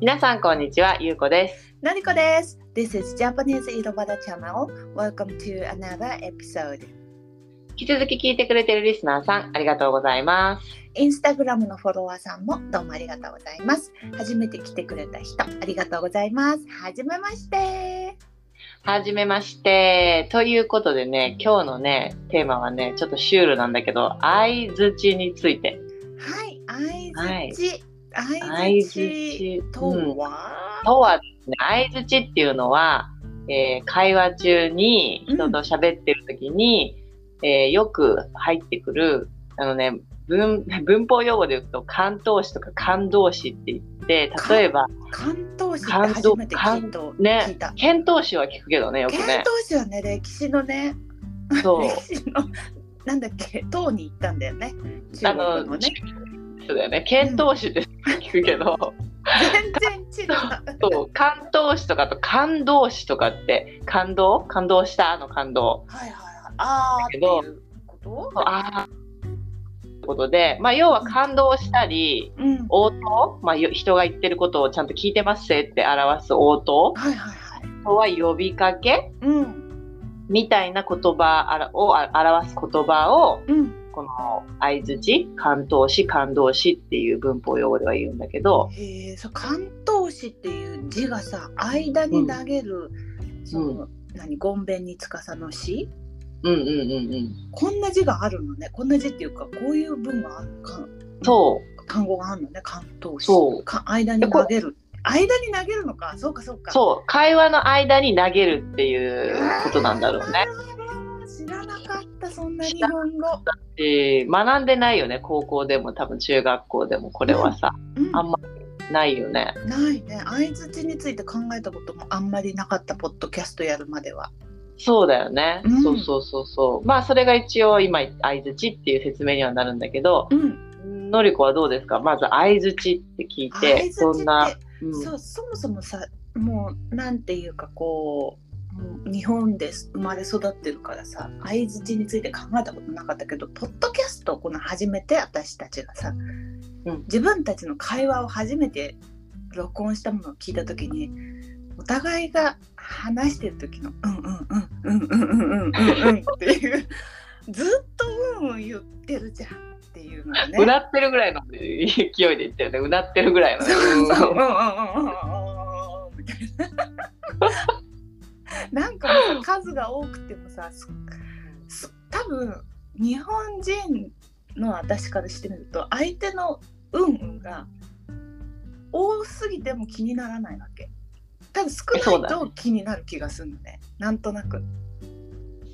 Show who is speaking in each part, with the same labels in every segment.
Speaker 1: 皆さんこんにちは、ゆうこです。
Speaker 2: Naniko です。This is Japanese Irobana Channel. Welcome to another episode.
Speaker 1: 引き続き聞いてくれてるリスナーさん、ありがとうございます。
Speaker 2: インスタグラムのフォロワーさんもどうもありがとうございます。初めて来てくれた人、ありがとうございます。はじめまして。
Speaker 1: はじめまして。ということでね、今日のね、テーマはね、ちょっとシュールなんだけど、相づちについて。
Speaker 2: はい、あいづち。あ
Speaker 1: 相
Speaker 2: い
Speaker 1: づ
Speaker 2: づち
Speaker 1: ち。
Speaker 2: と
Speaker 1: うん、
Speaker 2: は、
Speaker 1: とはですね、相づちっていうのは、えー会話中に人と喋ってる時に、えーよく入ってくる、あのね、文 文法用語で言うと、関東詞とか感動詞って言って、例えば、
Speaker 2: 関東史って初めて聞いた。
Speaker 1: ね
Speaker 2: 聞いた。
Speaker 1: 遣唐使は聞くけどねよく
Speaker 2: 関
Speaker 1: ね
Speaker 2: 東史はね、歴史のね、
Speaker 1: そう
Speaker 2: 歴史の、なんだっけ、唐に行ったんだよね。
Speaker 1: あ
Speaker 2: 中
Speaker 1: の
Speaker 2: 国のね。
Speaker 1: そうだよね遣唐使って聞くけど、
Speaker 2: 全然違う。
Speaker 1: そう関東使とかと感動使とかって感動感動したの感動
Speaker 2: はいはいはい。ああ、
Speaker 1: だけど
Speaker 2: っていうこと。
Speaker 1: ああってことで、まあ、要は感動したり
Speaker 2: うん。
Speaker 1: 応答、まあ、よ人が言ってることをちゃんと聞いてますせって表す応答
Speaker 2: はいはいはい。
Speaker 1: あとは呼びかけ
Speaker 2: うん。
Speaker 1: みたいな言葉あらをあ表す言葉を
Speaker 2: うん。
Speaker 1: この相づち関東詞感動詞っていう文法用語では言うんだけど
Speaker 2: へえ、そう、関東詞っていう字がさ、間に投げる。その、何、ごんべんにつかさの詞。
Speaker 1: うんうんうんうん
Speaker 2: こんな字があるのね。こんな字っていうか、こういう文がある。か
Speaker 1: そ
Speaker 2: 単語があるのね。関東詞。
Speaker 1: そう
Speaker 2: か、間に投げる。間に投げるのか。そうか、そう
Speaker 1: う、
Speaker 2: か。
Speaker 1: そう、会話の間に投げるっていうことなんだろう
Speaker 2: あ
Speaker 1: ね。
Speaker 2: ら。知らなかった、そんな日本語。
Speaker 1: えー学んでないよね、高校でも多分中学校でもこれは さ、
Speaker 2: うん
Speaker 1: あんまないよね。
Speaker 2: ないね相づちについて考えたこともあんまりなかったポッドキャストやるまでは
Speaker 1: そうだよね。
Speaker 2: うん
Speaker 1: そうそうそうそう。まあそれが一応今相づちっていう説明にはなるんだけど、
Speaker 2: うん
Speaker 1: のりこはどうですか。まず相づちって聞い
Speaker 2: 相
Speaker 1: て、
Speaker 2: づ
Speaker 1: そ
Speaker 2: ち
Speaker 1: ん
Speaker 2: っ
Speaker 1: な
Speaker 2: て、
Speaker 1: うん
Speaker 2: そうそもそもさもうなんていうかこうもう日本で生まれ育ってるからさ相づちについて考えたことなかったけどポッドキャストをこの初めて私たちがさ、
Speaker 1: うん
Speaker 2: 自分たちの会話を初めて録音したものを聞いた時にお互いが話してる時の「うんうんうんうんうんうんうんうん」っていうずっと「うんうん」言ってるじゃんっていうのがね。
Speaker 1: うなってるぐらいの勢いで言ったよね。うなってるぐらいのね。
Speaker 2: そう
Speaker 1: うん
Speaker 2: みたいな。なんかもう数が多くてもさすす多分日本人の私からしてみると相手の「うんうん」が多すぎても気にならないわけ。多分少
Speaker 1: そう
Speaker 2: ない
Speaker 1: だ
Speaker 2: と気になる気がするのねなんとなく。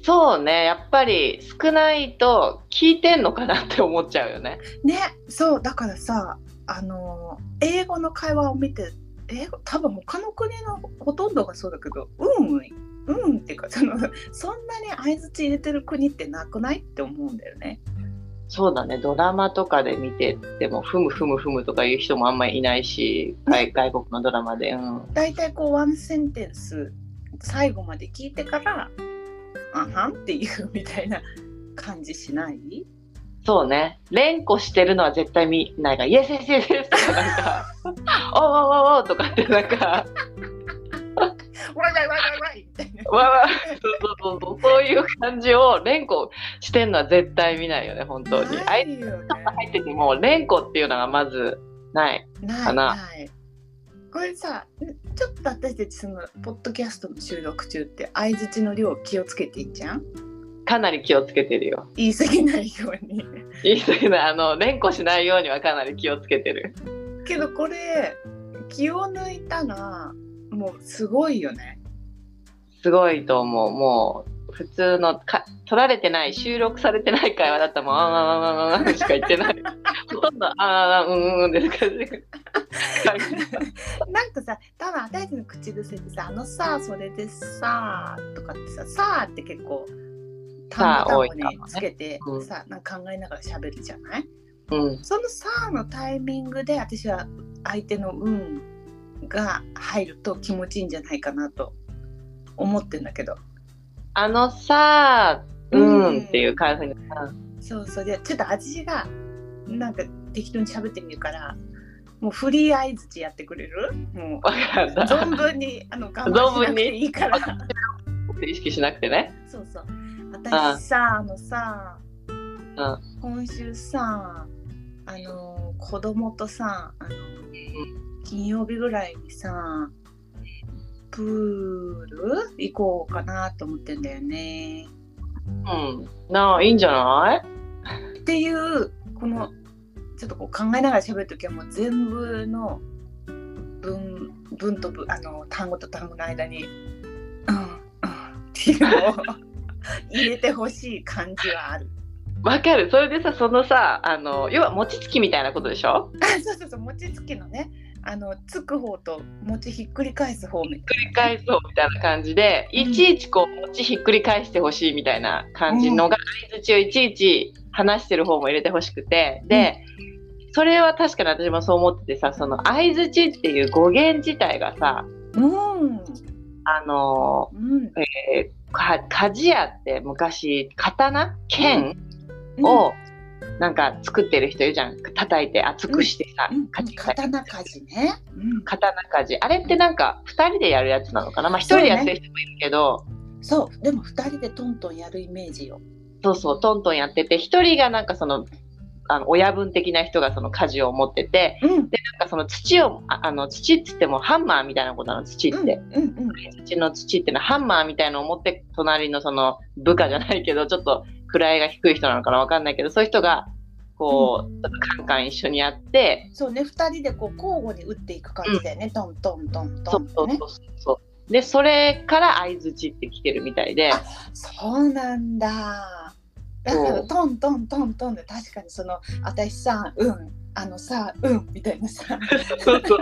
Speaker 1: そうね、やっぱり少ないと聞いてんのかなって思っちゃうよね。
Speaker 2: ねそうだからさあの英語の会話を見て英語多分他の国のほとんどがそうだけどうんうんうんっていうかそのそんなに相づち入れてる国ってなくないって思うんだよね。
Speaker 1: そうだね、ドラマとかで見てても、ふむふむふむとかいう人もあんまりいないし、外外国のドラマで。うん、
Speaker 2: だいたいこうワンセンテンス最後まで聞いてから「あはん」っていうみたいな感じしない
Speaker 1: そうね、連呼してるのは絶対見ないから、イエスイエスイエスイエスとか、なんか、おうおうおうおうとかって、なんか、
Speaker 2: わいわいわいわいわいみたいな。
Speaker 1: わわそうそうそうそう、そういう感じを連呼してんのは絶対見ないよね、本当に。
Speaker 2: な
Speaker 1: あい
Speaker 2: いよね
Speaker 1: 入ってても、連呼っていうのがまずない。
Speaker 2: ない
Speaker 1: かな
Speaker 2: ないこれさちょっと私たちそのポッドキャストの収録中って相づちの量気をつけていいじゃん
Speaker 1: かなり気をつけてるよ。
Speaker 2: 言い過ぎないように
Speaker 1: 言い過ぎないあの連呼しないようにはかなり気をつけてる
Speaker 2: けどこれ気を抜いたらもうすごいよね
Speaker 1: すごいと思うもう普通のか撮られてない収録されてない会話だったらもうあんあんあんあんあんしか言ってないほとんどあんあんあんうんうんですか
Speaker 2: なんかさ多分私たちの口癖ってさ「あのさそれでさ」とかってさ「さ」って結構
Speaker 1: さ
Speaker 2: 単語
Speaker 1: 多い
Speaker 2: 単
Speaker 1: か
Speaker 2: 語
Speaker 1: もね
Speaker 2: につけて
Speaker 1: うん
Speaker 2: さなんか考えながら喋るじゃない
Speaker 1: うん
Speaker 2: そのさあのタイミングで私は相手の運が入ると気持ちいいんじゃないかなと思ってんだけど
Speaker 1: あのさうん、っていう感じに
Speaker 2: そうそうでちょっと私がなんか適当に喋ってみるからもうフリー相槌やってくれるも
Speaker 1: わか
Speaker 2: う
Speaker 1: った。
Speaker 2: 存分にあの我慢しなくていいから
Speaker 1: 意識しなくてね。
Speaker 2: そうそう私さあのさ、
Speaker 1: ん
Speaker 2: 今週さあの子供とさあの金曜日ぐらいにさプール行こうかなと思ってんだよね。
Speaker 1: うん。なあ、いいんじゃない
Speaker 2: っていうこのちょっとこう考えながら喋る時はもう全部の文文と文あの単語と単語の間に「うんうん」っていうのを 入れてほしい感じはある。
Speaker 1: わかる。それでさ、そのさ、あの、要は餅つきみたいなことでしょ
Speaker 2: あ そうそうそう餅つきのねあのつく方と餅ひっくり返す方みた
Speaker 1: ひっく
Speaker 2: い
Speaker 1: り
Speaker 2: な。
Speaker 1: 返そうみたいな感じで、
Speaker 2: うん
Speaker 1: いちいちこう、餅ひっくり返してほしいみたいな感じのが、相づちをいちいち話してる方も入れてほしくて、で、それは確かに私もそう思っててさ、その相づちっていう語源自体がさ、
Speaker 2: うん
Speaker 1: あの
Speaker 2: うん
Speaker 1: えーか鍛冶屋って昔刀剣
Speaker 2: うん
Speaker 1: をなんか作ってる人いるじゃん叩いて厚くしてさ、
Speaker 2: うん
Speaker 1: カチカチ
Speaker 2: 刀鍛冶ね。うん
Speaker 1: 刀鍛冶あれってなんか2人でやるやつなのかなまあ1人でやってる人もいるけど
Speaker 2: そうでも二人でトントンやるイメージよ。
Speaker 1: そう,、そうトントンやってて1人がなんかそのあの親分的な人がその鍛冶を持ってて
Speaker 2: うん
Speaker 1: なんかその土をああの土っつってもハンマーみたいなことなの土って、
Speaker 2: うんうんうん
Speaker 1: 土の土ってのはハンマーみたいのを持って隣のその部下じゃないけどちょっと位が低い人なのかなわかんないけどそういう人がこう、ちょっとカンカン一緒にやって
Speaker 2: そうね、二人でこう交互に打っていく感じだよね、トントントン
Speaker 1: そ
Speaker 2: トン
Speaker 1: うそ
Speaker 2: と
Speaker 1: う
Speaker 2: ね。
Speaker 1: そうそうでそれから相づちって来てるみたいで
Speaker 2: あそうなんだ。だから
Speaker 1: そう
Speaker 2: トントントントンで確かにその私さうんあのさうんみたい なさ
Speaker 1: そうそう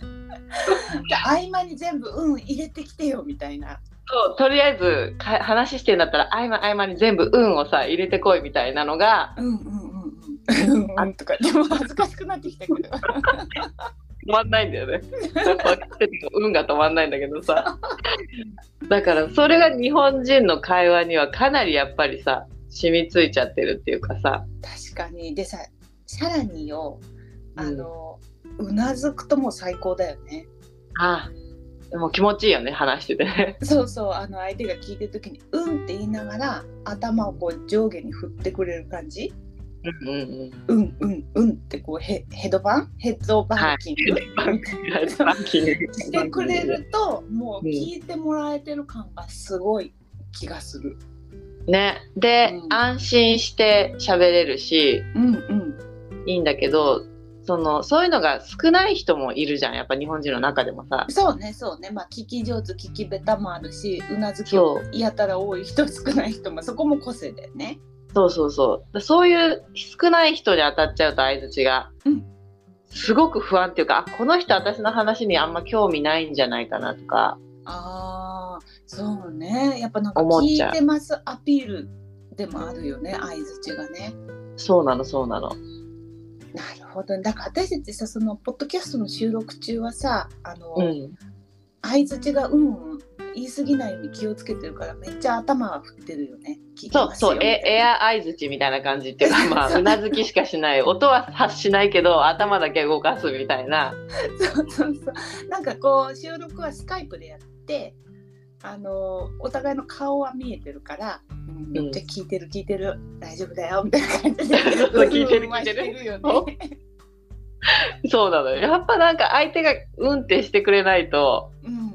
Speaker 2: で合間に全部うん入れてきてよみたいな。
Speaker 1: そうとりあえずか話してんだったら合間合間に全部「運をさ入れてこいみたいなのが
Speaker 2: うんうんうんうん。 うんうんとかでも恥ずかしくなってきたけど。
Speaker 1: 止まんないんだよね分かってても運が止まんないんだけどさだからそれが日本人の会話にはかなりやっぱりさ染みついちゃってるっていうかさ
Speaker 2: 確かにでささらによあの、うなずくともう最高だよね。
Speaker 1: ああ、もう気持ちいいよね、話しててね。
Speaker 2: そうそうあの相手が聞いてる時に「うん」って言いながら頭をこう上下に振ってくれる感じ
Speaker 1: うんうんうん。
Speaker 2: 「うんうんうん」ってこうヘヘドバンヘッドバンキング、
Speaker 1: ランキング
Speaker 2: してくれるともう
Speaker 1: うん
Speaker 2: 聞いてもらえてる感がすごい気がする。
Speaker 1: ね。で、
Speaker 2: うん
Speaker 1: 安心して喋れるし、
Speaker 2: うんうん、
Speaker 1: いいんだけど、その、そういうのが少ない人もいるじゃん。やっぱ日本人の中でもさ。
Speaker 2: そうねそうねまあ聞き上手聞き下手もあるしうなずきをやたら多い人少ない人もそこも個性だよね。
Speaker 1: そうそうそう。そういう少ない人に当たっちゃうと相づちが。
Speaker 2: うん
Speaker 1: すごく不安っていうか、あ、この人私の話にあんま興味ないんじゃないかなとか。
Speaker 2: あーそうねやっぱなんか
Speaker 1: 思っ
Speaker 2: 聞い
Speaker 1: ちゃう
Speaker 2: てますアピールでもあるよね相づちがね。
Speaker 1: そうなの、そうなの。
Speaker 2: なるほど、ね、だから私たちさそのポッドキャストの収録中はさあの、
Speaker 1: うん。
Speaker 2: 相づちがうんうん言い過ぎないように気をつけてるからめっちゃ頭が振ってるよね聞いて
Speaker 1: そう
Speaker 2: ますよ
Speaker 1: そうえエア相づちみたいな感じっていう かまあうなずきしかしない音は発しないけど頭だけ動かすみたいな
Speaker 2: みたいなそうそうそうなんかこう収録はスカイプでやってあのお互いの顔は見えてるから、うん、めっちゃ聞いてる聞いてる大丈夫だよみたいな感じで
Speaker 1: そうそう 聞いてる
Speaker 2: うんうんは
Speaker 1: 聞いてる
Speaker 2: してるよ
Speaker 1: そう
Speaker 2: ね
Speaker 1: そうなのよやっぱなんか相手がうんってしてくれないと
Speaker 2: うん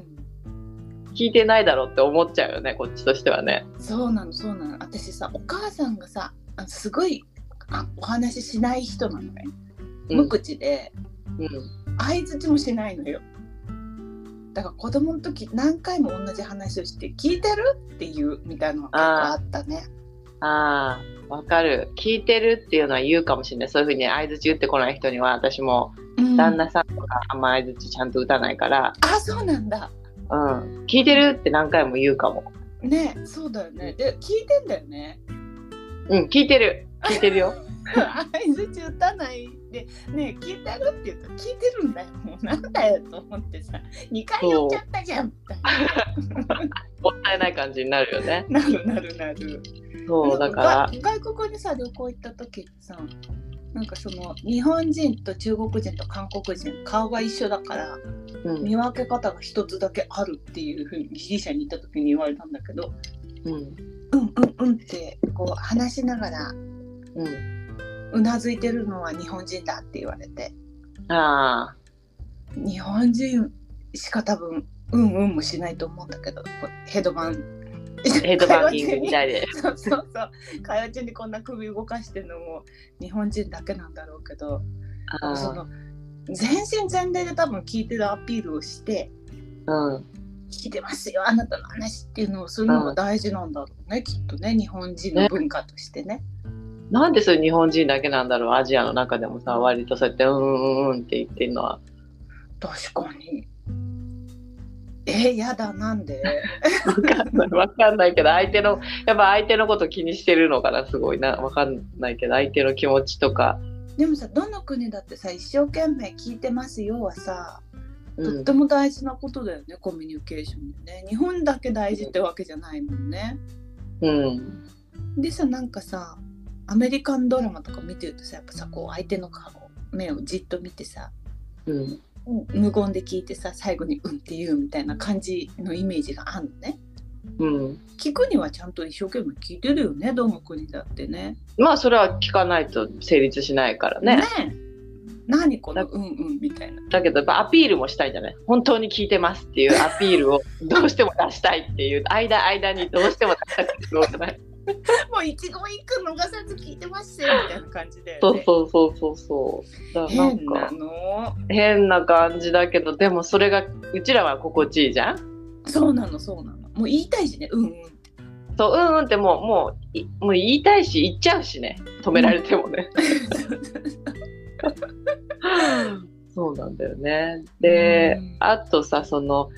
Speaker 1: 聞いてないだろうって思っちゃうよねこっちとしてはね
Speaker 2: そうなのそうなの私さお母さんがさあのすごいあお話ししない人なのね、
Speaker 1: うん
Speaker 2: 無口で
Speaker 1: うん
Speaker 2: 相づちもしないのよだから子供の時何回も同じ話をして「聞いてる?」っていうみたいなのが結構あったね
Speaker 1: ああわかる聞いてるっていうのは言うかもしれないそういうふうに相づち打ってこない人には私も
Speaker 2: うん
Speaker 1: 旦那さんとかあんま相づちちゃんと打たないから、
Speaker 2: あそうなんだ
Speaker 1: うん、聞いてるって何回も言うかも
Speaker 2: ねそうだよねで聞いてんだよ ね
Speaker 1: うん聞いてる聞いてる よ
Speaker 2: 相づち打たないでね聞いてるって言うと聞いてるんだよもうなんだよと思ってさ2回言っちゃったじゃんみたい
Speaker 1: もったいない感じになるよね
Speaker 2: ななるなるなる
Speaker 1: そうだから
Speaker 2: が外国にさ旅行行った時さなんかその日本人と中国人と韓国人顔が一緒だから
Speaker 1: うん
Speaker 2: 見分け方が一つだけあるっていうふうにギリシャに行った時に言われたんだけど
Speaker 1: うん
Speaker 2: うんうんうんってこう話しながら
Speaker 1: う
Speaker 2: うなずいてるのは日本人だって言われて
Speaker 1: んあ
Speaker 2: 日本人しか多分うんうんもしないと思うんだけどこうヘッドバ
Speaker 1: あ
Speaker 2: ン
Speaker 1: ヘッドバンキングみたい で
Speaker 2: そうそうそう会話中にこんな首動かしてるのも日本人だけなんだろうけど
Speaker 1: あ
Speaker 2: そ
Speaker 1: ー
Speaker 2: の全身全霊で多分聞いてるアピールをして
Speaker 1: うん
Speaker 2: 聞いてますよあなたの話っていうのをするのが大事なんだろうね、きっとね日本人の文化としてね。
Speaker 1: なんでそれ日本人だけなんだろうアジアの中でもさ割とそうやってうんうんうんって言ってるのは
Speaker 2: 確かにえー、やだなん で
Speaker 1: わかんないわかんないけど相手のやっぱ相手のこと気にしてるのかなすごいなわかんないけど相手の気持ちとか、
Speaker 2: でもさどの国だってさ一生懸命聞いてますよはさ
Speaker 1: う
Speaker 2: とっ
Speaker 1: ん
Speaker 2: ても大事なことだよね、コミュニケーションでね日本だけ大事ってわけじゃないもんね。
Speaker 1: うん、
Speaker 2: でさなんかさアメリカンドラマとか見てるとさやっぱさこう相手の顔目をじっと見てさ
Speaker 1: うん、
Speaker 2: 無言で聞いてさ最後に「うん」って言うみたいな感じのイメージがあんのね
Speaker 1: うん、
Speaker 2: 聞くにはちゃんと一生懸命聞いてるよねどの国だってね
Speaker 1: まあそれは聞かないと成立しないからね
Speaker 2: え何この「うんうん」みたいな
Speaker 1: だけどやっぱアピールもしたいんじゃない本当に聞いてますっていうア ピールをどうしても出したいっていう間間にどうしても出したくてしょうが ない
Speaker 2: もう一言一句逃さず聞いてますよみたいな感じで、ね、
Speaker 1: そうそうそうそうそうだからなん
Speaker 2: 変な
Speaker 1: か
Speaker 2: の
Speaker 1: 変な感じだけどでもそれがうちらは心地いいじゃん
Speaker 2: そうなのそうなのもう言いたいしね「うんうん」って
Speaker 1: そううんうんってもうもういもう言いたいし言っちゃうしね止められてもね、そうなんだよねで、
Speaker 2: うん
Speaker 1: あとさその、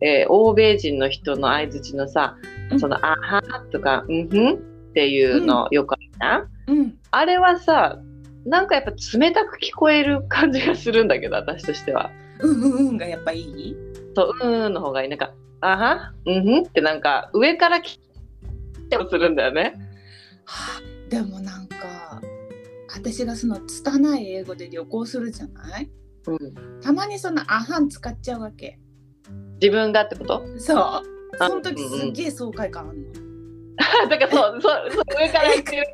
Speaker 1: えー欧米人の人の相づちのさ
Speaker 2: うん
Speaker 1: その「あは」とか「うんふん」っていうのよくあるじゃん、
Speaker 2: うん
Speaker 1: あれはさなんかやっぱ冷たく聞こえる感じがするんだけど私としては
Speaker 2: うんうんうんがやっぱいい
Speaker 1: そう「うん」の方がいいなんか「あは」「うんふん」ってなんか上から聞いてもするんだよね
Speaker 2: はあでもなんか私がその拙い英語で旅行するじゃない
Speaker 1: うん
Speaker 2: たまにその「アハン」使っちゃうわけ
Speaker 1: 自分がってこと
Speaker 2: そう
Speaker 1: あ
Speaker 2: その時
Speaker 1: うんうん
Speaker 2: すっげえ爽快感あるの、
Speaker 1: あだからそうそうそう上から言ってる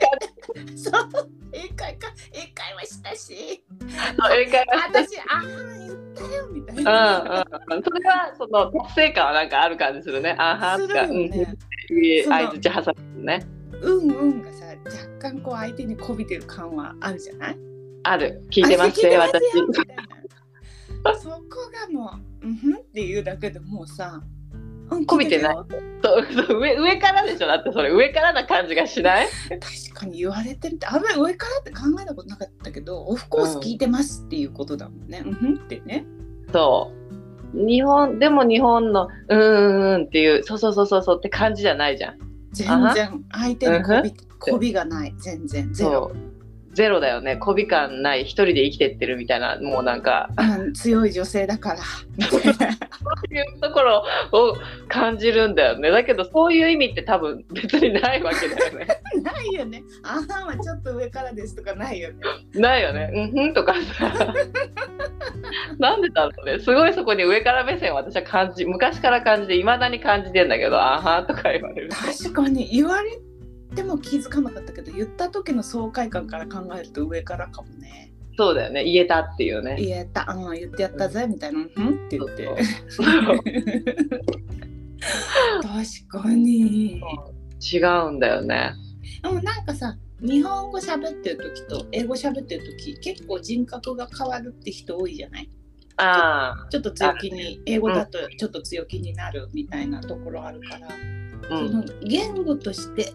Speaker 1: 感
Speaker 2: そう英会か英会話したし
Speaker 1: じの 上から
Speaker 2: 私「アハン」言ったよみたい
Speaker 1: うん
Speaker 2: な、
Speaker 1: うんうん、それはその達成感はなんかある感じするね。あは
Speaker 2: す
Speaker 1: と
Speaker 2: る
Speaker 1: か、
Speaker 2: よ
Speaker 1: うんうん、
Speaker 2: ねその
Speaker 1: 相づち挟むね。
Speaker 2: うんうんがさ若干こう相手にこびてる感はあるじゃない
Speaker 1: ある、聞いてますね、
Speaker 2: あ聞
Speaker 1: 私。
Speaker 2: いてますよみたいなそこがもう「うんふん」っていうだけでもうさ「うん
Speaker 1: こびてない
Speaker 2: 聞いるよ
Speaker 1: そう、そう、上、上からでしょ、だって、それ上からな感じがしない。
Speaker 2: 確かに言われてみてあんまり上からって考えたことなかったけどオフコース聞いてますっていうことだもんね。うん、ふんってね。
Speaker 1: そう。日本、でも日本の、うんうんうんっていう、そうそうそうそうそうって感じじゃないじゃん。
Speaker 2: 全
Speaker 1: あ
Speaker 2: 然相手にこび,、こびがない全然ゼロ、
Speaker 1: そう。ゼロだよね、こび感ない、一人で生きてってるみたいな、もうなんか。
Speaker 2: うん、強い女性だからみたいな
Speaker 1: そういうところを感じるんだよね。だけど、そういう意味って多分、別にないわけだよ ね。
Speaker 2: ないよね。あはんはちょっと上からですとかないよね。
Speaker 1: ないよね。うんふんとかさ。なんでだろうね。すごいそこに上から目線を私は感じ、昔から感じて、いまだに感じてんだけど、あはとか言われる。
Speaker 2: 確かに言われても気づかなかったけど言った時の爽快感から考えると上からかもね。
Speaker 1: そうだよね。言えたっていうね。
Speaker 2: 言えた、うん、言ってやったぜみたいな「うんふん」って言って。
Speaker 1: そうそう
Speaker 2: 確かに。
Speaker 1: 違うんだよね。
Speaker 2: でもなんかさ日本語喋ってる時と英語喋ってる時結構人格が変わるって人多いじゃない
Speaker 1: ああ、
Speaker 2: ちょっと強気に英語だとちょっと強気になるみたいなところあるから、
Speaker 1: う
Speaker 2: その
Speaker 1: ん。
Speaker 2: 言語として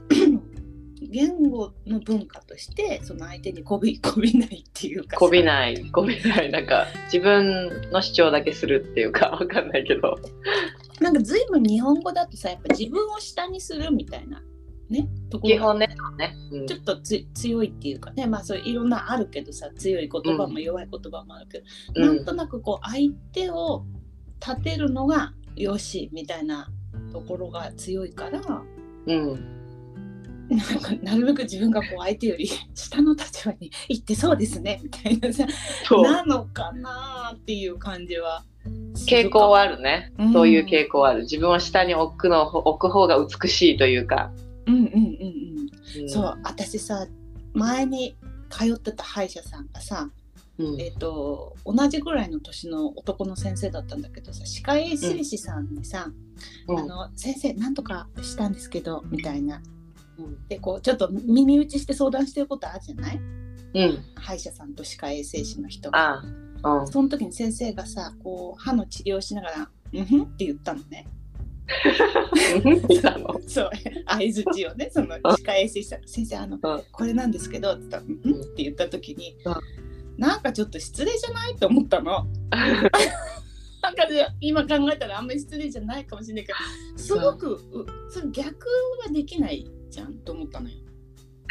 Speaker 2: 言語の文化としてその相手にこび こびないっていうかさ
Speaker 1: こびない、こびない。なんか、自分の主張だけするっていうか、わかんないけど。
Speaker 2: なんか随分日本語だとさやっぱ自分を下にするみたいなねところ
Speaker 1: 基
Speaker 2: が
Speaker 1: 本ね。そうねうん
Speaker 2: ちょっとつ強いっていうかねまあそういろんなあるけどさ強い言葉も弱い言葉もあるけど、
Speaker 1: う
Speaker 2: なん
Speaker 1: ん。
Speaker 2: となくこう相手を立てるのがよしみたいなところが強いから、
Speaker 1: うん。
Speaker 2: なんかなるべく自分がこう相手より下の立場に行ってそうですねみたいなさ
Speaker 1: そう
Speaker 2: なのかなっていう感じは
Speaker 1: 傾向はあるね、
Speaker 2: うん
Speaker 1: そういう傾向はある自分を下に置くの置く方が美しいというか、
Speaker 2: うんうんうんうん
Speaker 1: うん
Speaker 2: そう私さ前に通ってた歯医者さんがさ、
Speaker 1: うん
Speaker 2: えっと同じぐらいの年の男の先生だったんだけどさ歯科衛生士さんにさ「
Speaker 1: うん
Speaker 2: あの先生なんとかしたんですけど」みたいな
Speaker 1: うん
Speaker 2: でこうちょっと耳打ちして相談してることあるじゃない
Speaker 1: うん
Speaker 2: 歯医者さんと歯科衛生士の人が。
Speaker 1: ああうん
Speaker 2: その時に先生がさこう歯の治療をしながら「うんふん」って言ったのね。
Speaker 1: うん見たの
Speaker 2: そう相づちをねその歯科衛生士さん先生あの、
Speaker 1: うん
Speaker 2: これなんですけど」って言ったら「うんうん」って言った時に、
Speaker 1: うん
Speaker 2: なんかちょっと失礼じゃないと思ったの。 なんかね今考えたらあんまり失礼じゃないかもしれないけどすごく、うその逆はできないじゃんと思ったのよ。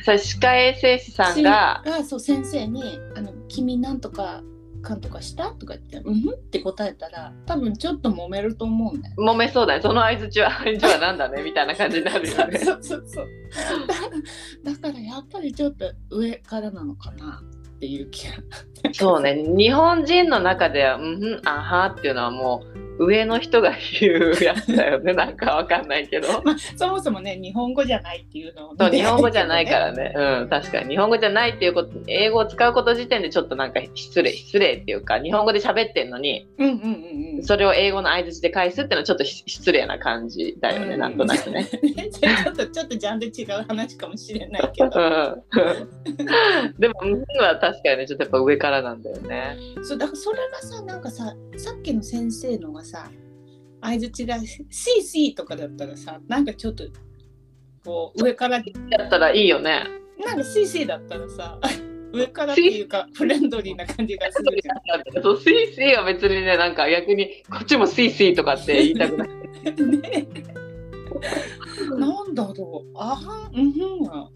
Speaker 1: それ歯科衛生士さんが
Speaker 2: がそう先生にあの「君なんとかかんとかした?」とか言って「うんふん」って答えたら多分ちょっと揉めると思うんだよね
Speaker 1: 揉めそうだねその相づちは相づちはなんだねみたいな感じになるよね
Speaker 2: そうそうそうだだからやっぱりちょっと上からなのかなっていう気が。
Speaker 1: そうね日本人の中では「うんふんあは」っていうのはもう上の人が言うやつだよねなんかわかんないけど
Speaker 2: まあそもそもね日本語じゃないっていうのをね、
Speaker 1: そう日本語じゃないからね、うん、確かに日本語じゃないっていうこと英語を使うこと時点でちょっとなんか失礼失礼っていうか日本語で喋ってんのに
Speaker 2: うんうんうんうん。
Speaker 1: それを英語の相づちで返すっていうのはちょっとし失礼な感じだよね、なんとなく ね。
Speaker 2: うん。 ちょっとちょっとジャンル違う話かもしれないけ
Speaker 1: う
Speaker 2: ど。
Speaker 1: んでも「うん」は確かにねちょっとやっぱ上からなんだよね。
Speaker 2: そうだからそれがさなんかささっきの先生のがさ相づちが「シーシー」とかだったらさなんかちょっとこう上から
Speaker 1: だったらいいよね。
Speaker 2: なんか CC だったらさ 上からっていうかフレンドリーな感じがするじゃん。
Speaker 1: そうスイスイは別にねなんか逆にこっちもスイスイとかって言いたくない。
Speaker 2: ねなんだろうあはんうんふんは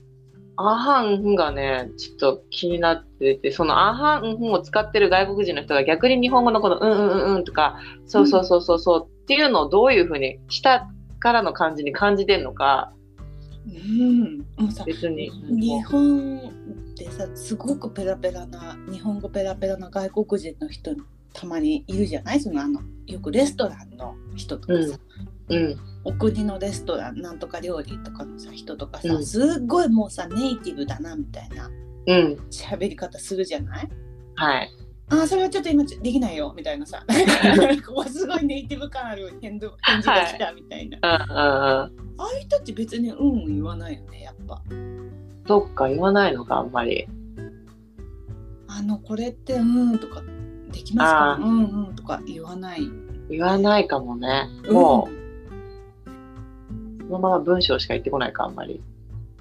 Speaker 1: アハンフンがね、ちょっと気になってて、そのアハンフンを使ってる外国人の人が逆に日本語のこのうんうんうんうんとか、そうそうそうそうそうっていうのをどういうふうに下からの感じに感じてんのか、
Speaker 2: うんもうさ
Speaker 1: 別に。
Speaker 2: 日本でさすごくペラペラな日本語ペラペラな外国人の人たまにいるじゃないそのあのよくレストランの人とかさ、
Speaker 1: うん。
Speaker 2: お国のレストランなんとか料理とかのさ人とかさ、
Speaker 1: うん
Speaker 2: すっごいもうさネイティブだなみたいな
Speaker 1: うん。
Speaker 2: 喋り方するじゃない
Speaker 1: はい。
Speaker 2: あーそれはちょっと今ちょできないよみたいなさ こうすごいネイティブ感ある返答返事が来たみたいな、
Speaker 1: うんうんうん。
Speaker 2: ああいう人たち別にうんうん言わないよねやっぱ
Speaker 1: そっか、言わないのか、あんまり。
Speaker 2: あのこれってうんとかできますかうんうんとか言わない
Speaker 1: 言わないかもね。も
Speaker 2: う
Speaker 1: う、そのまま文章しか言ってこないか、あんまり。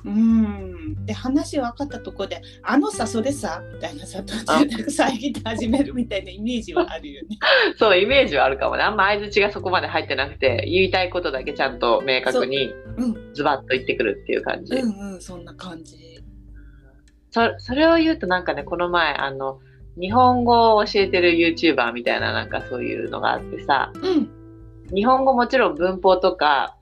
Speaker 2: うん、で話分かったところで「あのさそれさ」みたいなさ途中で遮って始めるみたいなイメージはあるよね。
Speaker 1: そう、イメージはあるかもね。あんま相づちがそこまで入ってなくて、言いたいことだけちゃんと明確に
Speaker 2: う
Speaker 1: ズバッと言ってくるっていう感じ。
Speaker 2: うんうんそんな感じ。
Speaker 1: そそれを言うとなんかね、この前、あの、日本語を教えてる YouTuber みたいななんかそういうのがあってさ、
Speaker 2: うん
Speaker 1: 日本語もちろん文法とか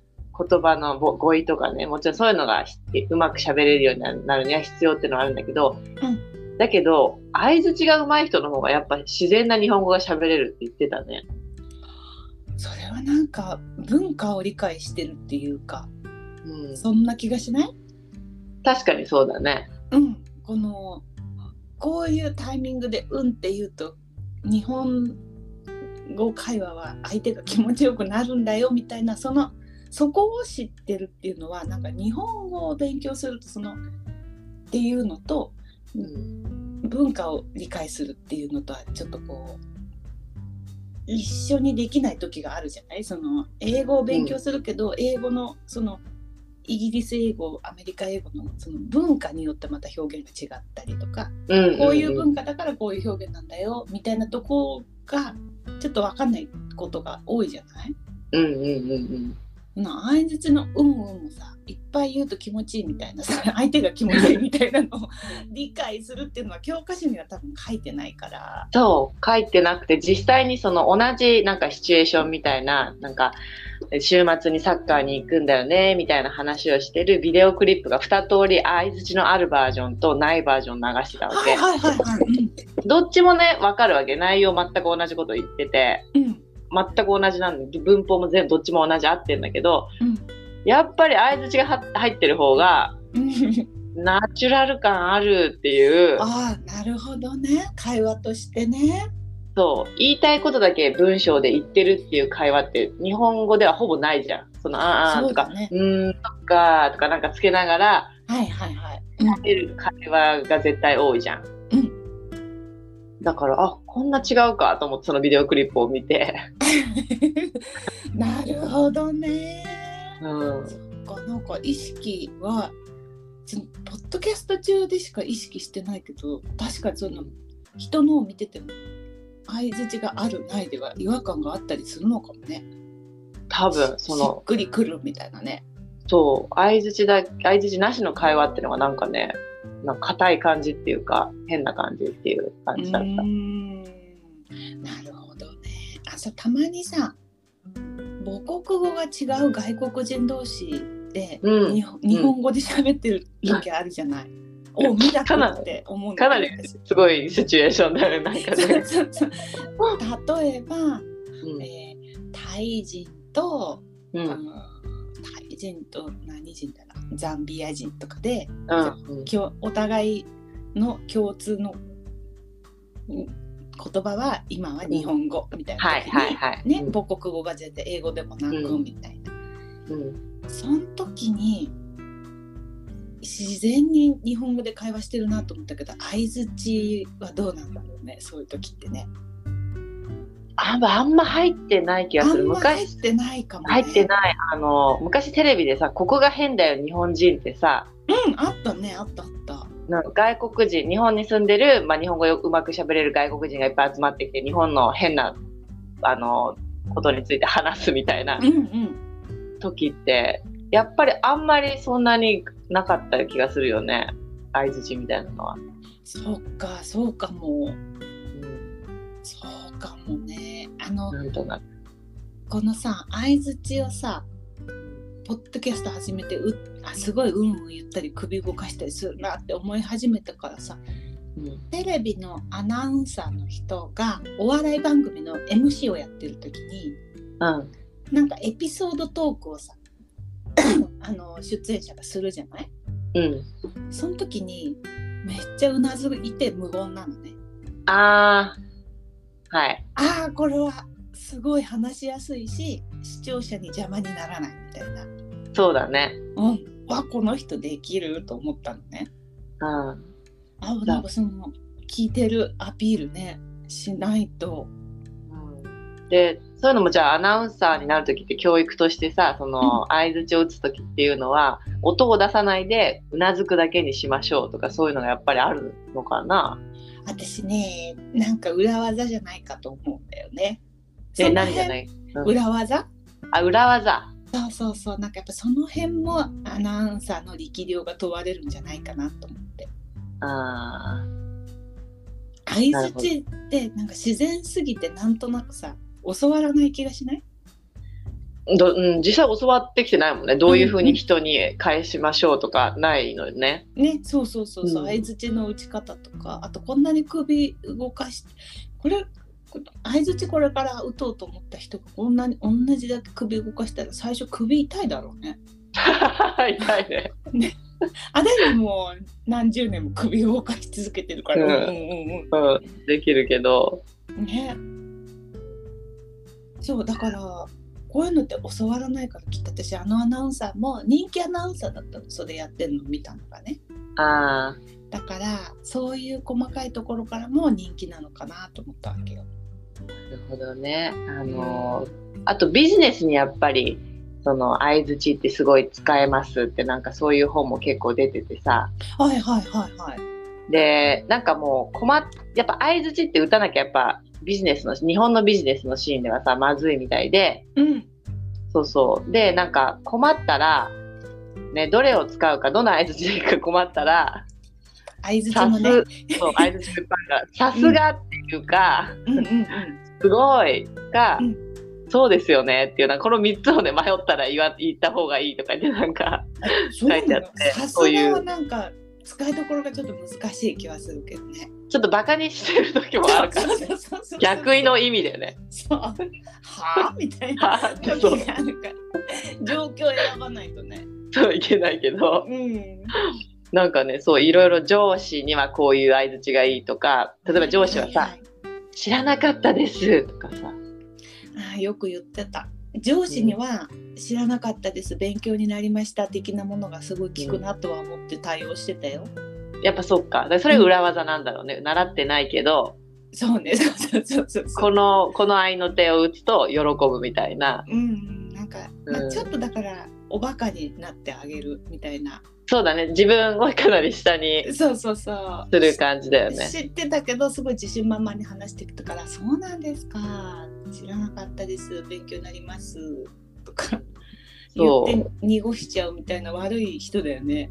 Speaker 1: 言葉の語語彙とかね、もちろんそういうのがひうまく喋れるようにななるには必要っていうのはあるんだけど、だけど、相づちが上手い人の方がやっぱ自然な日本語が喋れるって言ってたね。
Speaker 2: それはなんか文化を理解してるっていうか
Speaker 1: うん、
Speaker 2: そんな気がしない
Speaker 1: 確かにそうだね。
Speaker 2: うん、このこういうタイミングで「うん」って言うと日本語会話は相手が気持ちよくなるんだよみたいなそのそこを知ってるっていうのはなんか日本語を勉強するとそのっていうのと
Speaker 1: うん
Speaker 2: 文化を理解するっていうのとはちょっとこう一緒にできない時があるじゃないその英語を勉強するけど、英語のそのイギリス英語アメリカ英語のその文化によってまた表現が違ったりとか、
Speaker 1: うんんん
Speaker 2: こういう文化だからこういう表現なんだよみたいなとこがちょっと分かんないことが多いじゃない
Speaker 1: うんうんうんうん
Speaker 2: な相づちの「うんうん」もさいっぱい言うと気持ちいいみたいなさ相手が気持ちいいみたいなのを 理解するっていうのは教科書には多分書いてないから。
Speaker 1: そう書いてなくて実際にその同じなんかシチュエーションみたいななんか週末にサッカーに行くんだよねみたいな話をしてるビデオクリップが2通り相づちのあるバージョンとないバージョン流してたわ
Speaker 2: は
Speaker 1: け
Speaker 2: いはいはいはい。
Speaker 1: どっちもね分かるわけ内容全く同じこと言ってて
Speaker 2: うんうん
Speaker 1: 全く同じなんで文法も全部どっちも同じ合ってるんだけどやっぱり相づちがは入ってる方が
Speaker 2: うん。
Speaker 1: ナチュラル感あるっていう
Speaker 2: ああなるほどね会話としてね。
Speaker 1: そう言いたいことだけ文章で言ってるっていう会話って日本語ではほぼないじゃん。そのあーあー
Speaker 2: そ
Speaker 1: と
Speaker 2: う
Speaker 1: か
Speaker 2: だね
Speaker 1: うーんとかとかなんかつけながら
Speaker 2: はいはいはい。
Speaker 1: 出る会話が絶対多いじゃん。
Speaker 2: う
Speaker 1: だからあこんな違うかと思ってそのビデオクリップを見て、
Speaker 2: なるほどね。
Speaker 1: うん、
Speaker 2: なんかなんか意識はそのポッドキャスト中でしか意識してないけど確かにその人のを見てても相づちがあるないでは違和感があったりするのかもね。
Speaker 1: 多分そ
Speaker 2: しっ
Speaker 1: の
Speaker 2: くりくるみたい なね。
Speaker 1: そう相づちだ相づちなしの会話っていうのがなんかねなんか硬い感じっていうか変な感じっていう感
Speaker 2: う
Speaker 1: じだっ
Speaker 2: ー
Speaker 1: た。
Speaker 2: んなるほどね。あそうたまにさ母国語が違う外国人同士で、
Speaker 1: うん
Speaker 2: 日本日本語で喋ってる時あるじゃない。お見たくなって思うんだ
Speaker 1: かな
Speaker 2: けど
Speaker 1: りすごいシチュエーションだよねなんか
Speaker 2: 私そう
Speaker 1: ね。
Speaker 2: そうそう例えば、
Speaker 1: うん
Speaker 2: えータイ人と、
Speaker 1: う
Speaker 2: あ
Speaker 1: ん
Speaker 2: のタイ人と何人だなザンビア人とかで
Speaker 1: うん
Speaker 2: きょお互いの共通のうん言葉は今は日本語みたいな時に、
Speaker 1: はいはいはい
Speaker 2: ね
Speaker 1: うん
Speaker 2: 母国語が全然英語でもなくみたいな、
Speaker 1: うん
Speaker 2: その時に自然に日本語で会話してるなと思ったけど相づちはどうなんだろうねそういう時ってね。
Speaker 1: あんまあんま入ってない気が
Speaker 2: あ
Speaker 1: す
Speaker 2: ん
Speaker 1: る
Speaker 2: ま入
Speaker 1: 昔
Speaker 2: ってないかも、ね。
Speaker 1: 入ってないあの昔テレビでさ「ここが変だよ日本人」ってさ
Speaker 2: うん、あったね、あったあった。
Speaker 1: なんか外国人日本に住んでる、まあ、日本語をうまく喋れる外国人がいっぱい集まってきて日本の変なあのことについて話すみたいな
Speaker 2: うんうん。
Speaker 1: 時ってやっぱりあんまりそんなになかった気がするよね相づちみたいなのは。
Speaker 2: そっか、そうかも。
Speaker 1: うん
Speaker 2: そうかもね。あの、
Speaker 1: なんとなく
Speaker 2: このさ、相づちをさ、ポッドキャスト始めてうあ、すごいうんうん言ったり、首動かしたりするなって思い始めたからさ、
Speaker 1: うん
Speaker 2: テレビのアナウンサーの人が、お笑い番組の MC をやってる時に、
Speaker 1: うん
Speaker 2: なんかエピソードトークをさ、 あの、出演者がするじゃない
Speaker 1: うん
Speaker 2: その時にめっちゃうなずいて無言なのね。
Speaker 1: あーはい
Speaker 2: ああこれはすごい話しやすいし視聴者に邪魔にならないみたいな。
Speaker 1: そうだね。
Speaker 2: うん、わこの人できると思ったのね。
Speaker 1: うん
Speaker 2: あなんかその聞いてるアピールねしないと。
Speaker 1: でそういうのもじゃあアナウンサーになる時って教育としてさその相づちを打つ時っていうのは音を出さないでうなずくだけにしましょうとかそういうのがやっぱりあるのかな
Speaker 2: 私ねなんか裏技じゃないかと思うんだよね。
Speaker 1: え
Speaker 2: その
Speaker 1: 何
Speaker 2: 辺
Speaker 1: じゃないうん
Speaker 2: 裏技
Speaker 1: あ裏技
Speaker 2: そうそうそうなんかやっぱその辺もアナウンサーの力量が問われるんじゃないかなと思って。
Speaker 1: あ
Speaker 2: 相づちってなんか自然すぎてなんとなくさ教わらない気がしない
Speaker 1: ーど、うん、実際教わってきてないもんねどういうふうに人に返しましょうとかないのよ ね、
Speaker 2: ねそうそうそうそう
Speaker 1: うん
Speaker 2: 相づちの打ち方とかあとこんなに首動かしてこれこの相づちこれから打とうと思った人がこんなに同じだけ首動かしたら最初首痛いだろうね。
Speaker 1: 痛いね
Speaker 2: あだにもう何十年も首動かし続けてるから、
Speaker 1: うん
Speaker 2: うんう
Speaker 1: う
Speaker 2: ん
Speaker 1: んできるけど
Speaker 2: うん、ねそうだからこういうのって教わらないからきっと私あのアナウンサーも人気アナウンサーだったのそれやってるの見たのがね
Speaker 1: あ
Speaker 2: だからそういう細かいところからも人気なのかなと思ったわけよ。
Speaker 1: あなるほどねあのーあとビジネスにやっぱりその相づちってすごい使えますってなんかそういう本も結構出ててさ
Speaker 2: はいはいはいはい。
Speaker 1: でなんかもう困っやっぱ相づちって打たなきゃやっぱビジネスの日本のビジネスのシーンではさまずいみたいで
Speaker 2: うん。
Speaker 1: そうそうでなんか困ったら、ね、どれを使うかどの相づちでいくか困ったら
Speaker 2: 相づち
Speaker 1: さ
Speaker 2: も
Speaker 1: す、
Speaker 2: ね。
Speaker 1: そう相づちがいっぱいあるからさすがっていうか、
Speaker 2: うんうんうん。
Speaker 1: すごいか、
Speaker 2: うん
Speaker 1: そうですよねっていうのはこの3つをね迷ったら言わ言った方がいいとか言ってなんか
Speaker 2: そうな
Speaker 1: 書いてあっ
Speaker 2: の
Speaker 1: て
Speaker 2: さ
Speaker 1: そう
Speaker 2: す
Speaker 1: い
Speaker 2: が
Speaker 1: う
Speaker 2: はなんか使いどころがちょっと難しい気はするけどね。
Speaker 1: ちょっとバカにしてる時もあるからね、
Speaker 2: そうそうそうそう
Speaker 1: 逆位の意味だよね。
Speaker 2: そうはあみたいな
Speaker 1: あ
Speaker 2: 時
Speaker 1: そう
Speaker 2: があるから状況を選ばないとね。
Speaker 1: そういけないけど
Speaker 2: うん。
Speaker 1: なんかねそういろいろ上司にはこういう相づちがいいとか例えば上司はさ
Speaker 2: い
Speaker 1: 「
Speaker 2: い
Speaker 1: 知らなかったです」とかさ
Speaker 2: はいあよく言ってた。上司には知らなかったです、勉強になりました的なものがすごい効くなとは思って対応してたよ。
Speaker 1: やっぱそっかだからそれ裏技なんだろうね習ってないけど
Speaker 2: そうね、そうそうそうそう。
Speaker 1: このこの合いの手を打つと喜ぶみたいな
Speaker 2: うん、なんか、まあ
Speaker 1: うん
Speaker 2: ちょっとだからおバカになってあげるみたいな。
Speaker 1: そうだね自分はかなり下に
Speaker 2: そうそうそう。
Speaker 1: する感じだよね。
Speaker 2: 知ってたけどすごい自信満々に話してきたから「そうなんですか知らなかったです勉強になります」とか言
Speaker 1: そう
Speaker 2: って濁しちゃうみたいな悪い人だよね。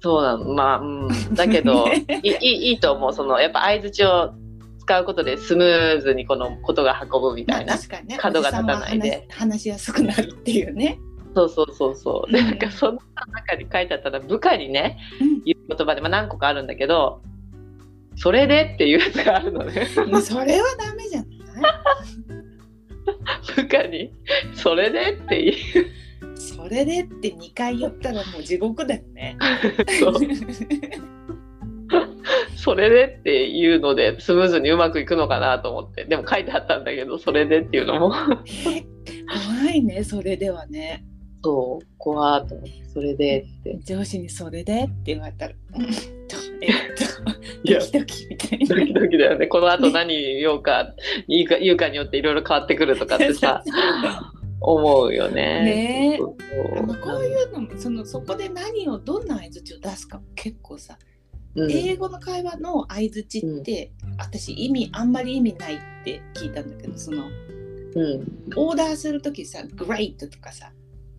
Speaker 1: そうなのまあ、うん、だけ どいいいいと思うそのやっぱ相づちを使うことでスムーズにこのことが運ぶみ
Speaker 2: ま
Speaker 1: た
Speaker 2: あ、
Speaker 1: いな、
Speaker 2: 確かにね
Speaker 1: 角が立たないで
Speaker 2: おじさんは話話しやすくなるっていうね。
Speaker 1: そうそうそうそうで
Speaker 2: うん
Speaker 1: なんかその中に書いてあったら部下にね
Speaker 2: うん
Speaker 1: 言う言葉で、まあ、何個かあるんだけど「それで」っていうやつがあるのね
Speaker 2: もうそれはダメじゃない
Speaker 1: 部下に「それで」って言う
Speaker 2: それでって2回言ったらもう地獄だよね。
Speaker 1: そうそれでっていうのでスムーズにうまくいくのかなと思ってでも書いてあったんだけど「それで」っていうのも
Speaker 2: 怖いねそれではね。
Speaker 1: そう怖ーと思って「それで」って
Speaker 2: 上司に「それで?」って言われたら「うんとえっと
Speaker 1: いや
Speaker 2: ドキドキ」みたい
Speaker 1: ド
Speaker 2: な。
Speaker 1: キドキだよねこのあと何言おうか言うか言うかによっていろいろ変わってくるとかって さ思うよね。
Speaker 2: ねえ
Speaker 1: そう
Speaker 2: あのこう
Speaker 1: う
Speaker 2: いうのもそのそこで何をどんな相づちを出すかも結構
Speaker 1: う
Speaker 2: さ、
Speaker 1: ん
Speaker 2: 英語の会話の相づちって、私意味あんまり意味ないって聞いたんだけどそ
Speaker 1: う
Speaker 2: の
Speaker 1: ん
Speaker 2: オーダーする時さ「great」とかさ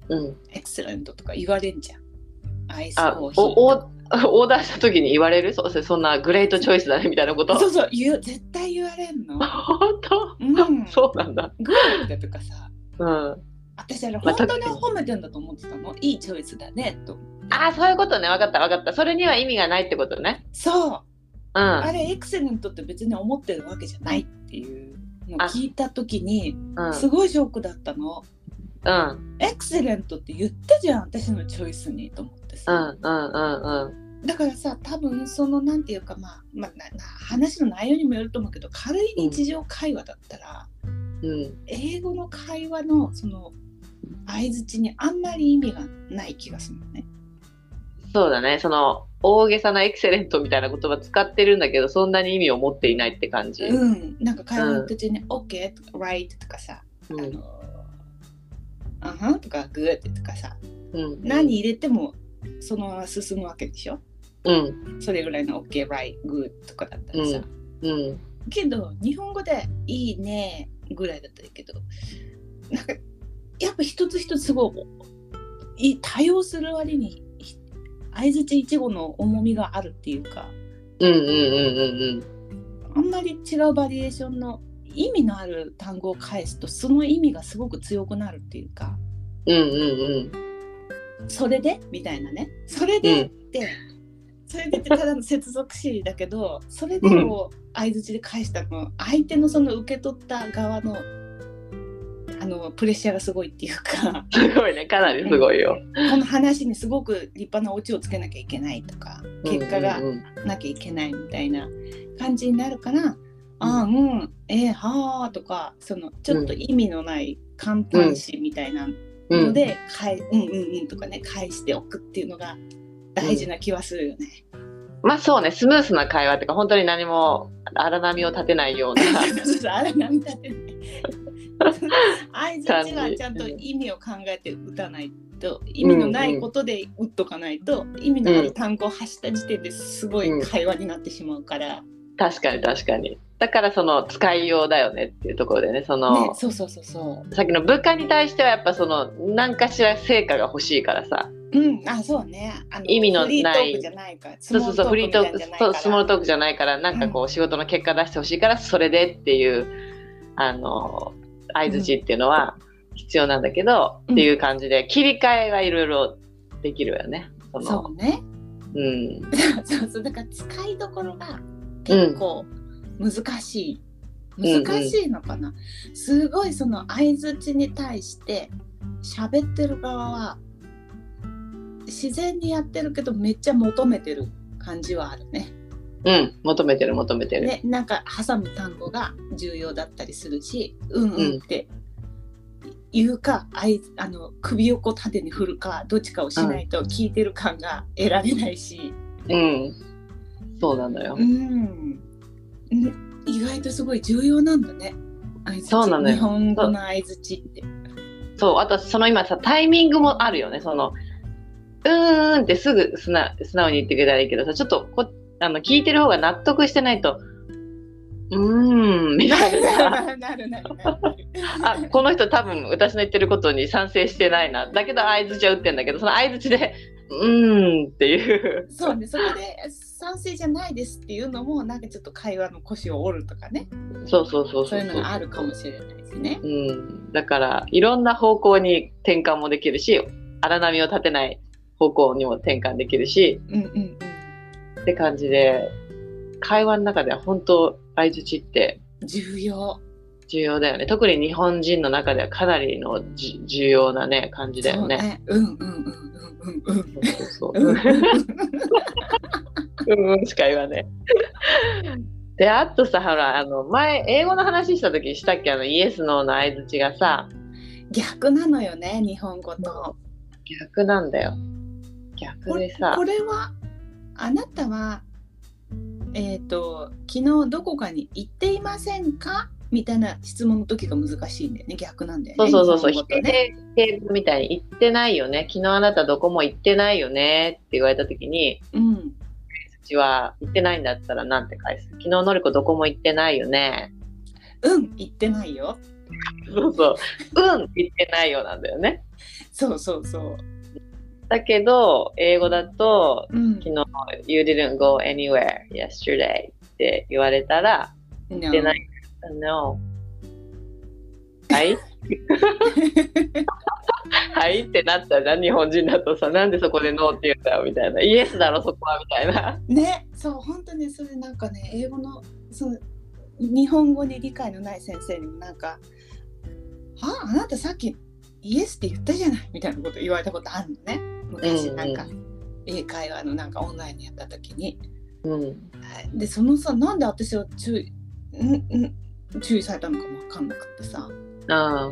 Speaker 1: うん、
Speaker 2: 「excellent」とか言われんじゃん。アイス
Speaker 1: あ
Speaker 2: コーヒー
Speaker 1: おおオーダーした時に言われるそそんなグレートチョイスだねみたいなこと
Speaker 2: そうそう言う絶対言われんの。
Speaker 1: 本当、
Speaker 2: う ん、
Speaker 1: そうなんだ、
Speaker 2: グレートとかさ
Speaker 1: うん、あ
Speaker 2: 私あれ
Speaker 1: まあ
Speaker 2: 本当に
Speaker 1: 確
Speaker 2: 褒めてんだと思ってたの、いいチョイスだねと
Speaker 1: あそういうことね分かった分かったそれには意味がないってことね
Speaker 2: そう
Speaker 1: うん
Speaker 2: あれエクセレントって別に思ってるわけじゃないっていうのを聞いた時に
Speaker 1: うん
Speaker 2: すごいショックだったの、
Speaker 1: うん
Speaker 2: エクセレントって言ったじゃん私のチョイスにと思って
Speaker 1: う
Speaker 2: さ、
Speaker 1: んうんうんうん
Speaker 2: だからさ多分そのなんていうかまあ、まあ、なな話の内容にもよると思うけど軽い日常会話だったら、
Speaker 1: うん
Speaker 2: 英語の会話のその相づちにあんまり意味がない気がするのね。
Speaker 1: そうだねその大げさなエクセレントみたいな言葉使ってるんだけどそんなに意味を持っていないって感じ、
Speaker 2: うん、なんか会話の途中に「OK」とか「Right」とかさ「
Speaker 1: うん
Speaker 2: あのあはん」とか「Good」とかさ
Speaker 1: うん、
Speaker 2: 何入れてもそのまま進むわけでしょ
Speaker 1: うん
Speaker 2: それぐらいの OK, right, good とかだったらさ、
Speaker 1: うん
Speaker 2: けど日本語でいいねぐらいだったらいいけどなんかやっぱ一つ一つすごいい対応する割にひ相づち一語の重みがあるっていうか
Speaker 1: うんうんうん
Speaker 2: あんまり違うバリエーションの意味のある単語を返すとその意味がすごく強くなるっていうか
Speaker 1: うんうんうん
Speaker 2: それでみたいなねそ
Speaker 1: う
Speaker 2: れ
Speaker 1: んう
Speaker 2: で
Speaker 1: ん
Speaker 2: ってそれでってただの接続詞だけどそれでも相づちで返したの相手のその受け取った側のあのプレッシャーがすごいっていうか
Speaker 1: すごいねかなりすごいよ、
Speaker 2: この話にすごく立派なオチをつけなきゃいけないとか 結果が
Speaker 1: うんうん
Speaker 2: なきゃいけないみたいな感じになるから、ああうんえー、はあとかそのちょっと意味のない簡単詞みたいな
Speaker 1: うん
Speaker 2: ので、かいうんうんうんとかね返しておくっていうのが大事な気はするよね。
Speaker 1: まあそうねスムースな会話っていうか本当に何も荒波を立てない ような
Speaker 2: あれ波立てない。相づちはちゃんと意味を考えて打たないと意味のないことで打っとかないと意味のある単語を発した時点ですごい会話になってしまうから、
Speaker 1: 確かに確かにだからその使いようだよねっていうところでねその
Speaker 2: ね、そうそうそうそ
Speaker 1: さっきの部下に対してはやっぱその何かしら成果が欲しいからさ
Speaker 2: ううんあそうねあの
Speaker 1: 意味の
Speaker 2: フリート
Speaker 1: ない
Speaker 2: ークじゃないから
Speaker 1: そうそうそうフリートー
Speaker 2: み
Speaker 1: ク
Speaker 2: たいな
Speaker 1: そ
Speaker 2: の
Speaker 1: う
Speaker 2: じ
Speaker 1: ス
Speaker 2: ゃ
Speaker 1: モー
Speaker 2: ない
Speaker 1: ルトークじゃないからなんかこう仕事の結果出してほしいからそれでっていうあの相づちっていうのは必要なんだけど、
Speaker 2: う
Speaker 1: っ
Speaker 2: ん
Speaker 1: ていう感じで切り替えはいろいろできるよね。その
Speaker 2: そうね。
Speaker 1: うん、
Speaker 2: そうそうだから使いどころが結構難しい、
Speaker 1: うん
Speaker 2: 難しいのかな、すごいその相づちに対して喋ってる側は自然にやってるけどめっちゃ求めてる感じはあるね。
Speaker 1: うん、求めてる求めてる。
Speaker 2: ねなんか挟む単語が重要だったりするし「うんうん」って言うか、あいあの首をこう縦に振るかどっちかをしないと聞いてる感が得られないし。
Speaker 1: うん、そうなのよ
Speaker 2: う。ん、ん意外とすごい重要なんだね。相づち
Speaker 1: そうなのよ
Speaker 2: 日本語の相づちって。
Speaker 1: そう、あとその今さタイミングもあるよね。そのうーんってすぐ素直素直に言ってくれたらいいけどさ、ちょっとこあの聞いてる方が納得してないと、うーんみたいな。
Speaker 2: なるなるなるなる。
Speaker 1: あこの人多分私の言ってることに賛成してないなだけど相づちは打ってんだけどその相づちで「うーん」っていう
Speaker 2: そうね、そこで賛成じゃないですっていうのも、なんかちょっと会話の腰を折るとかね、
Speaker 1: そうそうそう
Speaker 2: そ
Speaker 1: そうう
Speaker 2: いうのがあるかもしれないですね。
Speaker 1: うん、だからいろんな方向に転換もできるし荒波を立てない方向にも転換できるし
Speaker 2: うんうんうん。
Speaker 1: って感じで会話の中では本当相づちって
Speaker 2: 重要。
Speaker 1: 重要だよね特に日本人の中ではかなりのじ重要なね感じだよね。
Speaker 2: そう。うんうんうんうんうんうん。
Speaker 1: そうそうそ
Speaker 2: う
Speaker 1: うん
Speaker 2: うん
Speaker 1: うんうんしか言わねえ。で、あとさ、ほら、あの、前、英語の話した時したっけあの、イエス、ノーの相づちがさ、
Speaker 2: 逆なのよね、日本語と。
Speaker 1: 逆なんだよ。逆でさ
Speaker 2: こ、れこれはあなたはえっ、と昨日どこかに行っていませんかみたいな質問の時が難しいんだよね逆なんだよ
Speaker 1: そ
Speaker 2: ね。
Speaker 1: うそうそうそう、
Speaker 2: 日
Speaker 1: 否
Speaker 2: 本語とね、
Speaker 1: 定形みたいに言ってないよね。昨日あなたどこも行ってないよねって言われた時に、
Speaker 2: うん
Speaker 1: うちは行ってないんだったらなんて返す昨日のりこどこも行ってないよね。
Speaker 2: うん行ってないよ。
Speaker 1: そうそう。うん、行ってないよなんだよね。
Speaker 2: そうそうそう。
Speaker 1: だけど、英語だと、
Speaker 2: うん。
Speaker 1: 昨日、You didn't go anywhere yesterday って言われたら、
Speaker 2: 行
Speaker 1: 出 ない。No. はいはいってなったじゃん、日本人だとさ、なんでそこで No って言うんだよみたいな、イエスだろ、そこはみたいな。
Speaker 2: ねそう本当にそれなんかね英語のその日本語に理解のない先生にもなんか「はああなたさっきイエスって言ったじゃない」みたいなこと言われたことあるのね昔なんか、
Speaker 1: う
Speaker 2: 英会話のなんかオンラインでやった時に
Speaker 1: うん、
Speaker 2: でそのさなんで私は注意んん注意されたのかも分かんなくってさ
Speaker 1: あ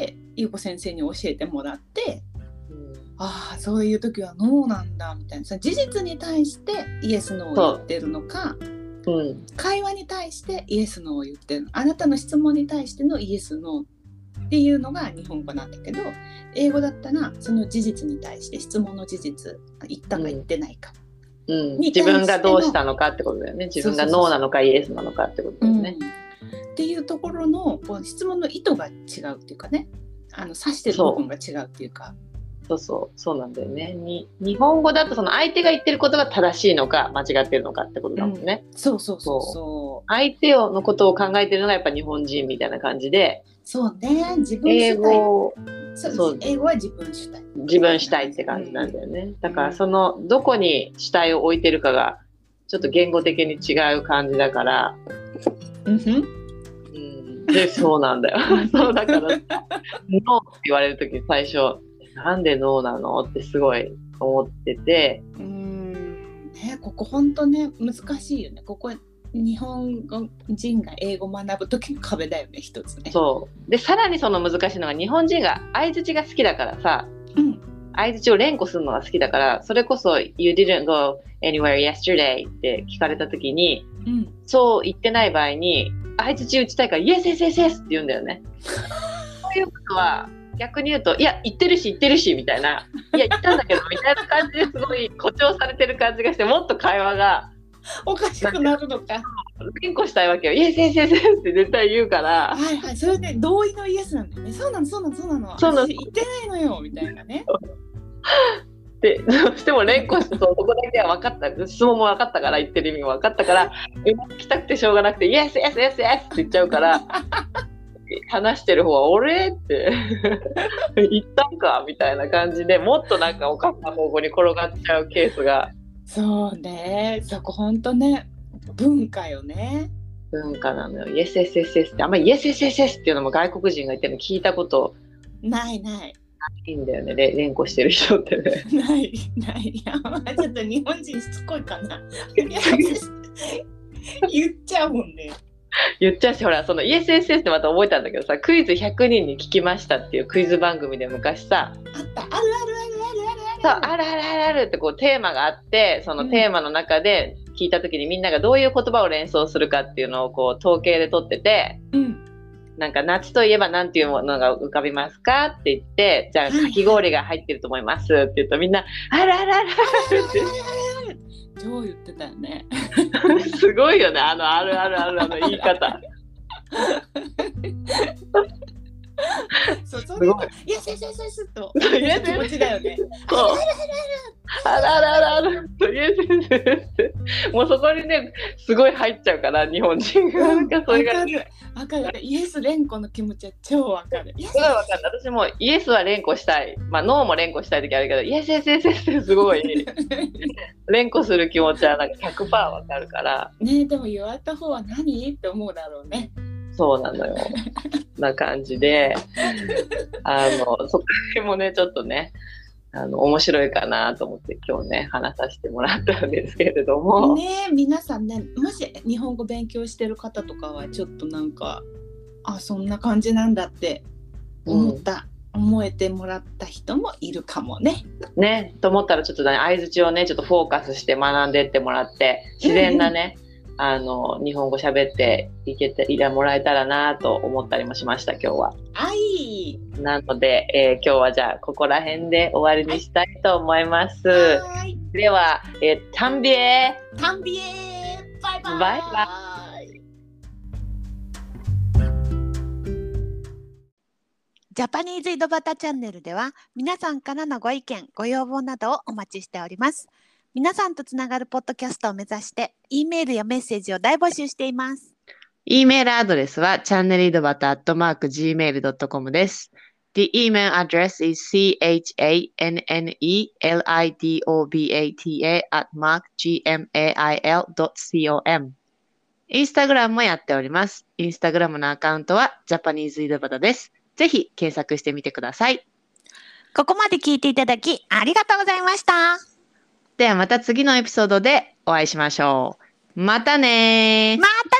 Speaker 2: でゆうこ先生に教えてもらってああそういう時はノーなんだみたいなさ事実に対してイエスノーを言ってるのか
Speaker 1: うん、
Speaker 2: 会話に対してイエスノーを言ってるあなたの質問に対してのイエスノーっていうのが日本語なんだけど英語だったらその事実に対して質問の事実言ったか言ってないか、
Speaker 1: うん、
Speaker 2: に対
Speaker 1: 自
Speaker 2: しての
Speaker 1: 分がどうしたのかってことだよね。自分が No なのかイエスなのかってことだよね。
Speaker 2: っていうところのこう質問の意図が違うっていうかねあの指してる部分が違うっていうか
Speaker 1: そうそう、そうなんだよね。に日本語だとその相手が言ってることが正しいのか間違ってるのかってことだもんね。
Speaker 2: そうそうそうそう
Speaker 1: 相手をのことを考えてるのがやっぱ日本人みたいな感じで
Speaker 2: そうね自分
Speaker 1: 英
Speaker 2: 主体
Speaker 1: 語を
Speaker 2: そう
Speaker 1: そう
Speaker 2: 英語は自分主体
Speaker 1: 自分主体って感じなんだよね、だからそのどこに主体を置いてるかがちょっと言語的に違う感じだから、
Speaker 2: うんふん
Speaker 1: うん、でそうなんだよそうだから「ノー」って言われる時最初「なんでノーなの?」ってすごい思ってて
Speaker 2: うーんね、ここ本当ね難しいよねここ日本人が英語学ぶ時の壁だよね一つね
Speaker 1: そうでさらにその難しいのが日本人が相づちが好きだからさ
Speaker 2: うん
Speaker 1: 相づちを連呼するのが好きだからそれこそ「You didn't go anywhere yesterday」って聞かれた時に
Speaker 2: うん
Speaker 1: そう言ってない場合に相づち打ちたいから「Yes yes yes yes」って言うんだよね。そういうことは逆に言うと「いや言ってるし言ってるし」みたいな「いや言ったんだけど」みたいな感じですごい誇張されてる感じがしてもっと会話が
Speaker 2: おかしくなるのか
Speaker 1: 連呼したいわけよ「Yes yes yes yes」って絶対言うから
Speaker 2: はいはいそれで同意のイエスなんだよねそうなのそうなのそうなの
Speaker 1: そうなの
Speaker 2: 私言ってないのよみたいなね
Speaker 1: で どうしても連呼してそうここだけは分かった質問も分かったから言ってる意味も分かったからうまく来たくてしょうがなくて「Yes yes yes yes」って言っちゃうから。話してる方は俺って 言ったんかみたいな感じでもっとなんかおかしな方向に転がっちゃうケースが
Speaker 2: そうねそこほんとね文化よね
Speaker 1: 文化なのよ。イエスエスエスエスってあんまりイエスエスエスエスっていうのも外国人が言ってるの聞いたこと
Speaker 2: ないない
Speaker 1: ないんだよねれ連呼してる人ってね。
Speaker 2: ないないあんまちょっと日本人しつこいか な言っちゃうもんね
Speaker 1: 言っちゃうしほらそのイエスエスエスってまた覚えたんだけどさクイズ100人に聞きましたっていうクイズ番組で昔さ
Speaker 2: あったあるあるあるある
Speaker 1: そう
Speaker 2: あるある
Speaker 1: あるあるあるあるってこうテーマがあってその
Speaker 2: うん
Speaker 1: テーマの中で聞いた時にみんながどういう言葉を連想するかっていうのをこう統計で取ってて
Speaker 2: うん
Speaker 1: なんか夏といえば何ていうものが浮かびますかって言ってじゃあかき氷が入ってると思いますって言うとみんな「あるあるある ある」って
Speaker 2: 超言ってたよね
Speaker 1: すごいよね、あのあるあるあるあの言い方。
Speaker 2: そうそ
Speaker 1: す
Speaker 2: れ
Speaker 1: ごい
Speaker 2: がイエスイエスイエスイエスと
Speaker 1: そう
Speaker 2: 同じ気持ちだよね
Speaker 1: こう。あらあらあらあらという先生ってもうそこにねすごい入っちゃうから日本人がなんかそれが
Speaker 2: わかるわかるわかるイエス連呼の気持ちは超わかるイエス
Speaker 1: すごいわかる私もイエスは連呼したいまあノーも連呼したい時あるけどイエスイエスイエスイエスってすごい連呼する気持ちはなんか100%わかるから
Speaker 2: ねでも言われた方は何って思うだろうね
Speaker 1: そうなのよな感じであのそこら辺もねちょっとねあの面白いかなと思って今日ね話させてもらったんですけれども。
Speaker 2: ねえ皆さんねもし日本語勉強してる方とかはちょっとなんかあそんな感じなんだって思った、思えてもらった人もいるかもね。
Speaker 1: ね、と思ったらちょっとね相づちをねちょっとフォーカスして学んでってもらって自然なね、あの日本語喋っていけていらもらえたらなと思ったりもしました今日は。
Speaker 2: はい、
Speaker 1: なので、えー今日はじゃあここら辺で終わりにしたいと思います。
Speaker 2: はーい、
Speaker 1: では、えー、タンビエ
Speaker 2: タンビエーバイバイ
Speaker 1: バイ
Speaker 3: ジャパニーズ井戸端チャンネルでは皆さんからのご意見ご要望などをお待ちしております皆さんとつながるポッドキャストを目指して E メールやメッセージを大募集しています
Speaker 1: E メールアドレスは channelidobata.gmail.com です。The email address is chanelidobata at mark gmail.com インスタグラムもやっております。インスタグラムのアカウントはジャパニーズイドバタです。ぜひ検索してみてください。
Speaker 3: ここまで聞いていただきありがとうございました
Speaker 1: ではまた次のエピソードでお会いしましょう。またねー。
Speaker 3: またね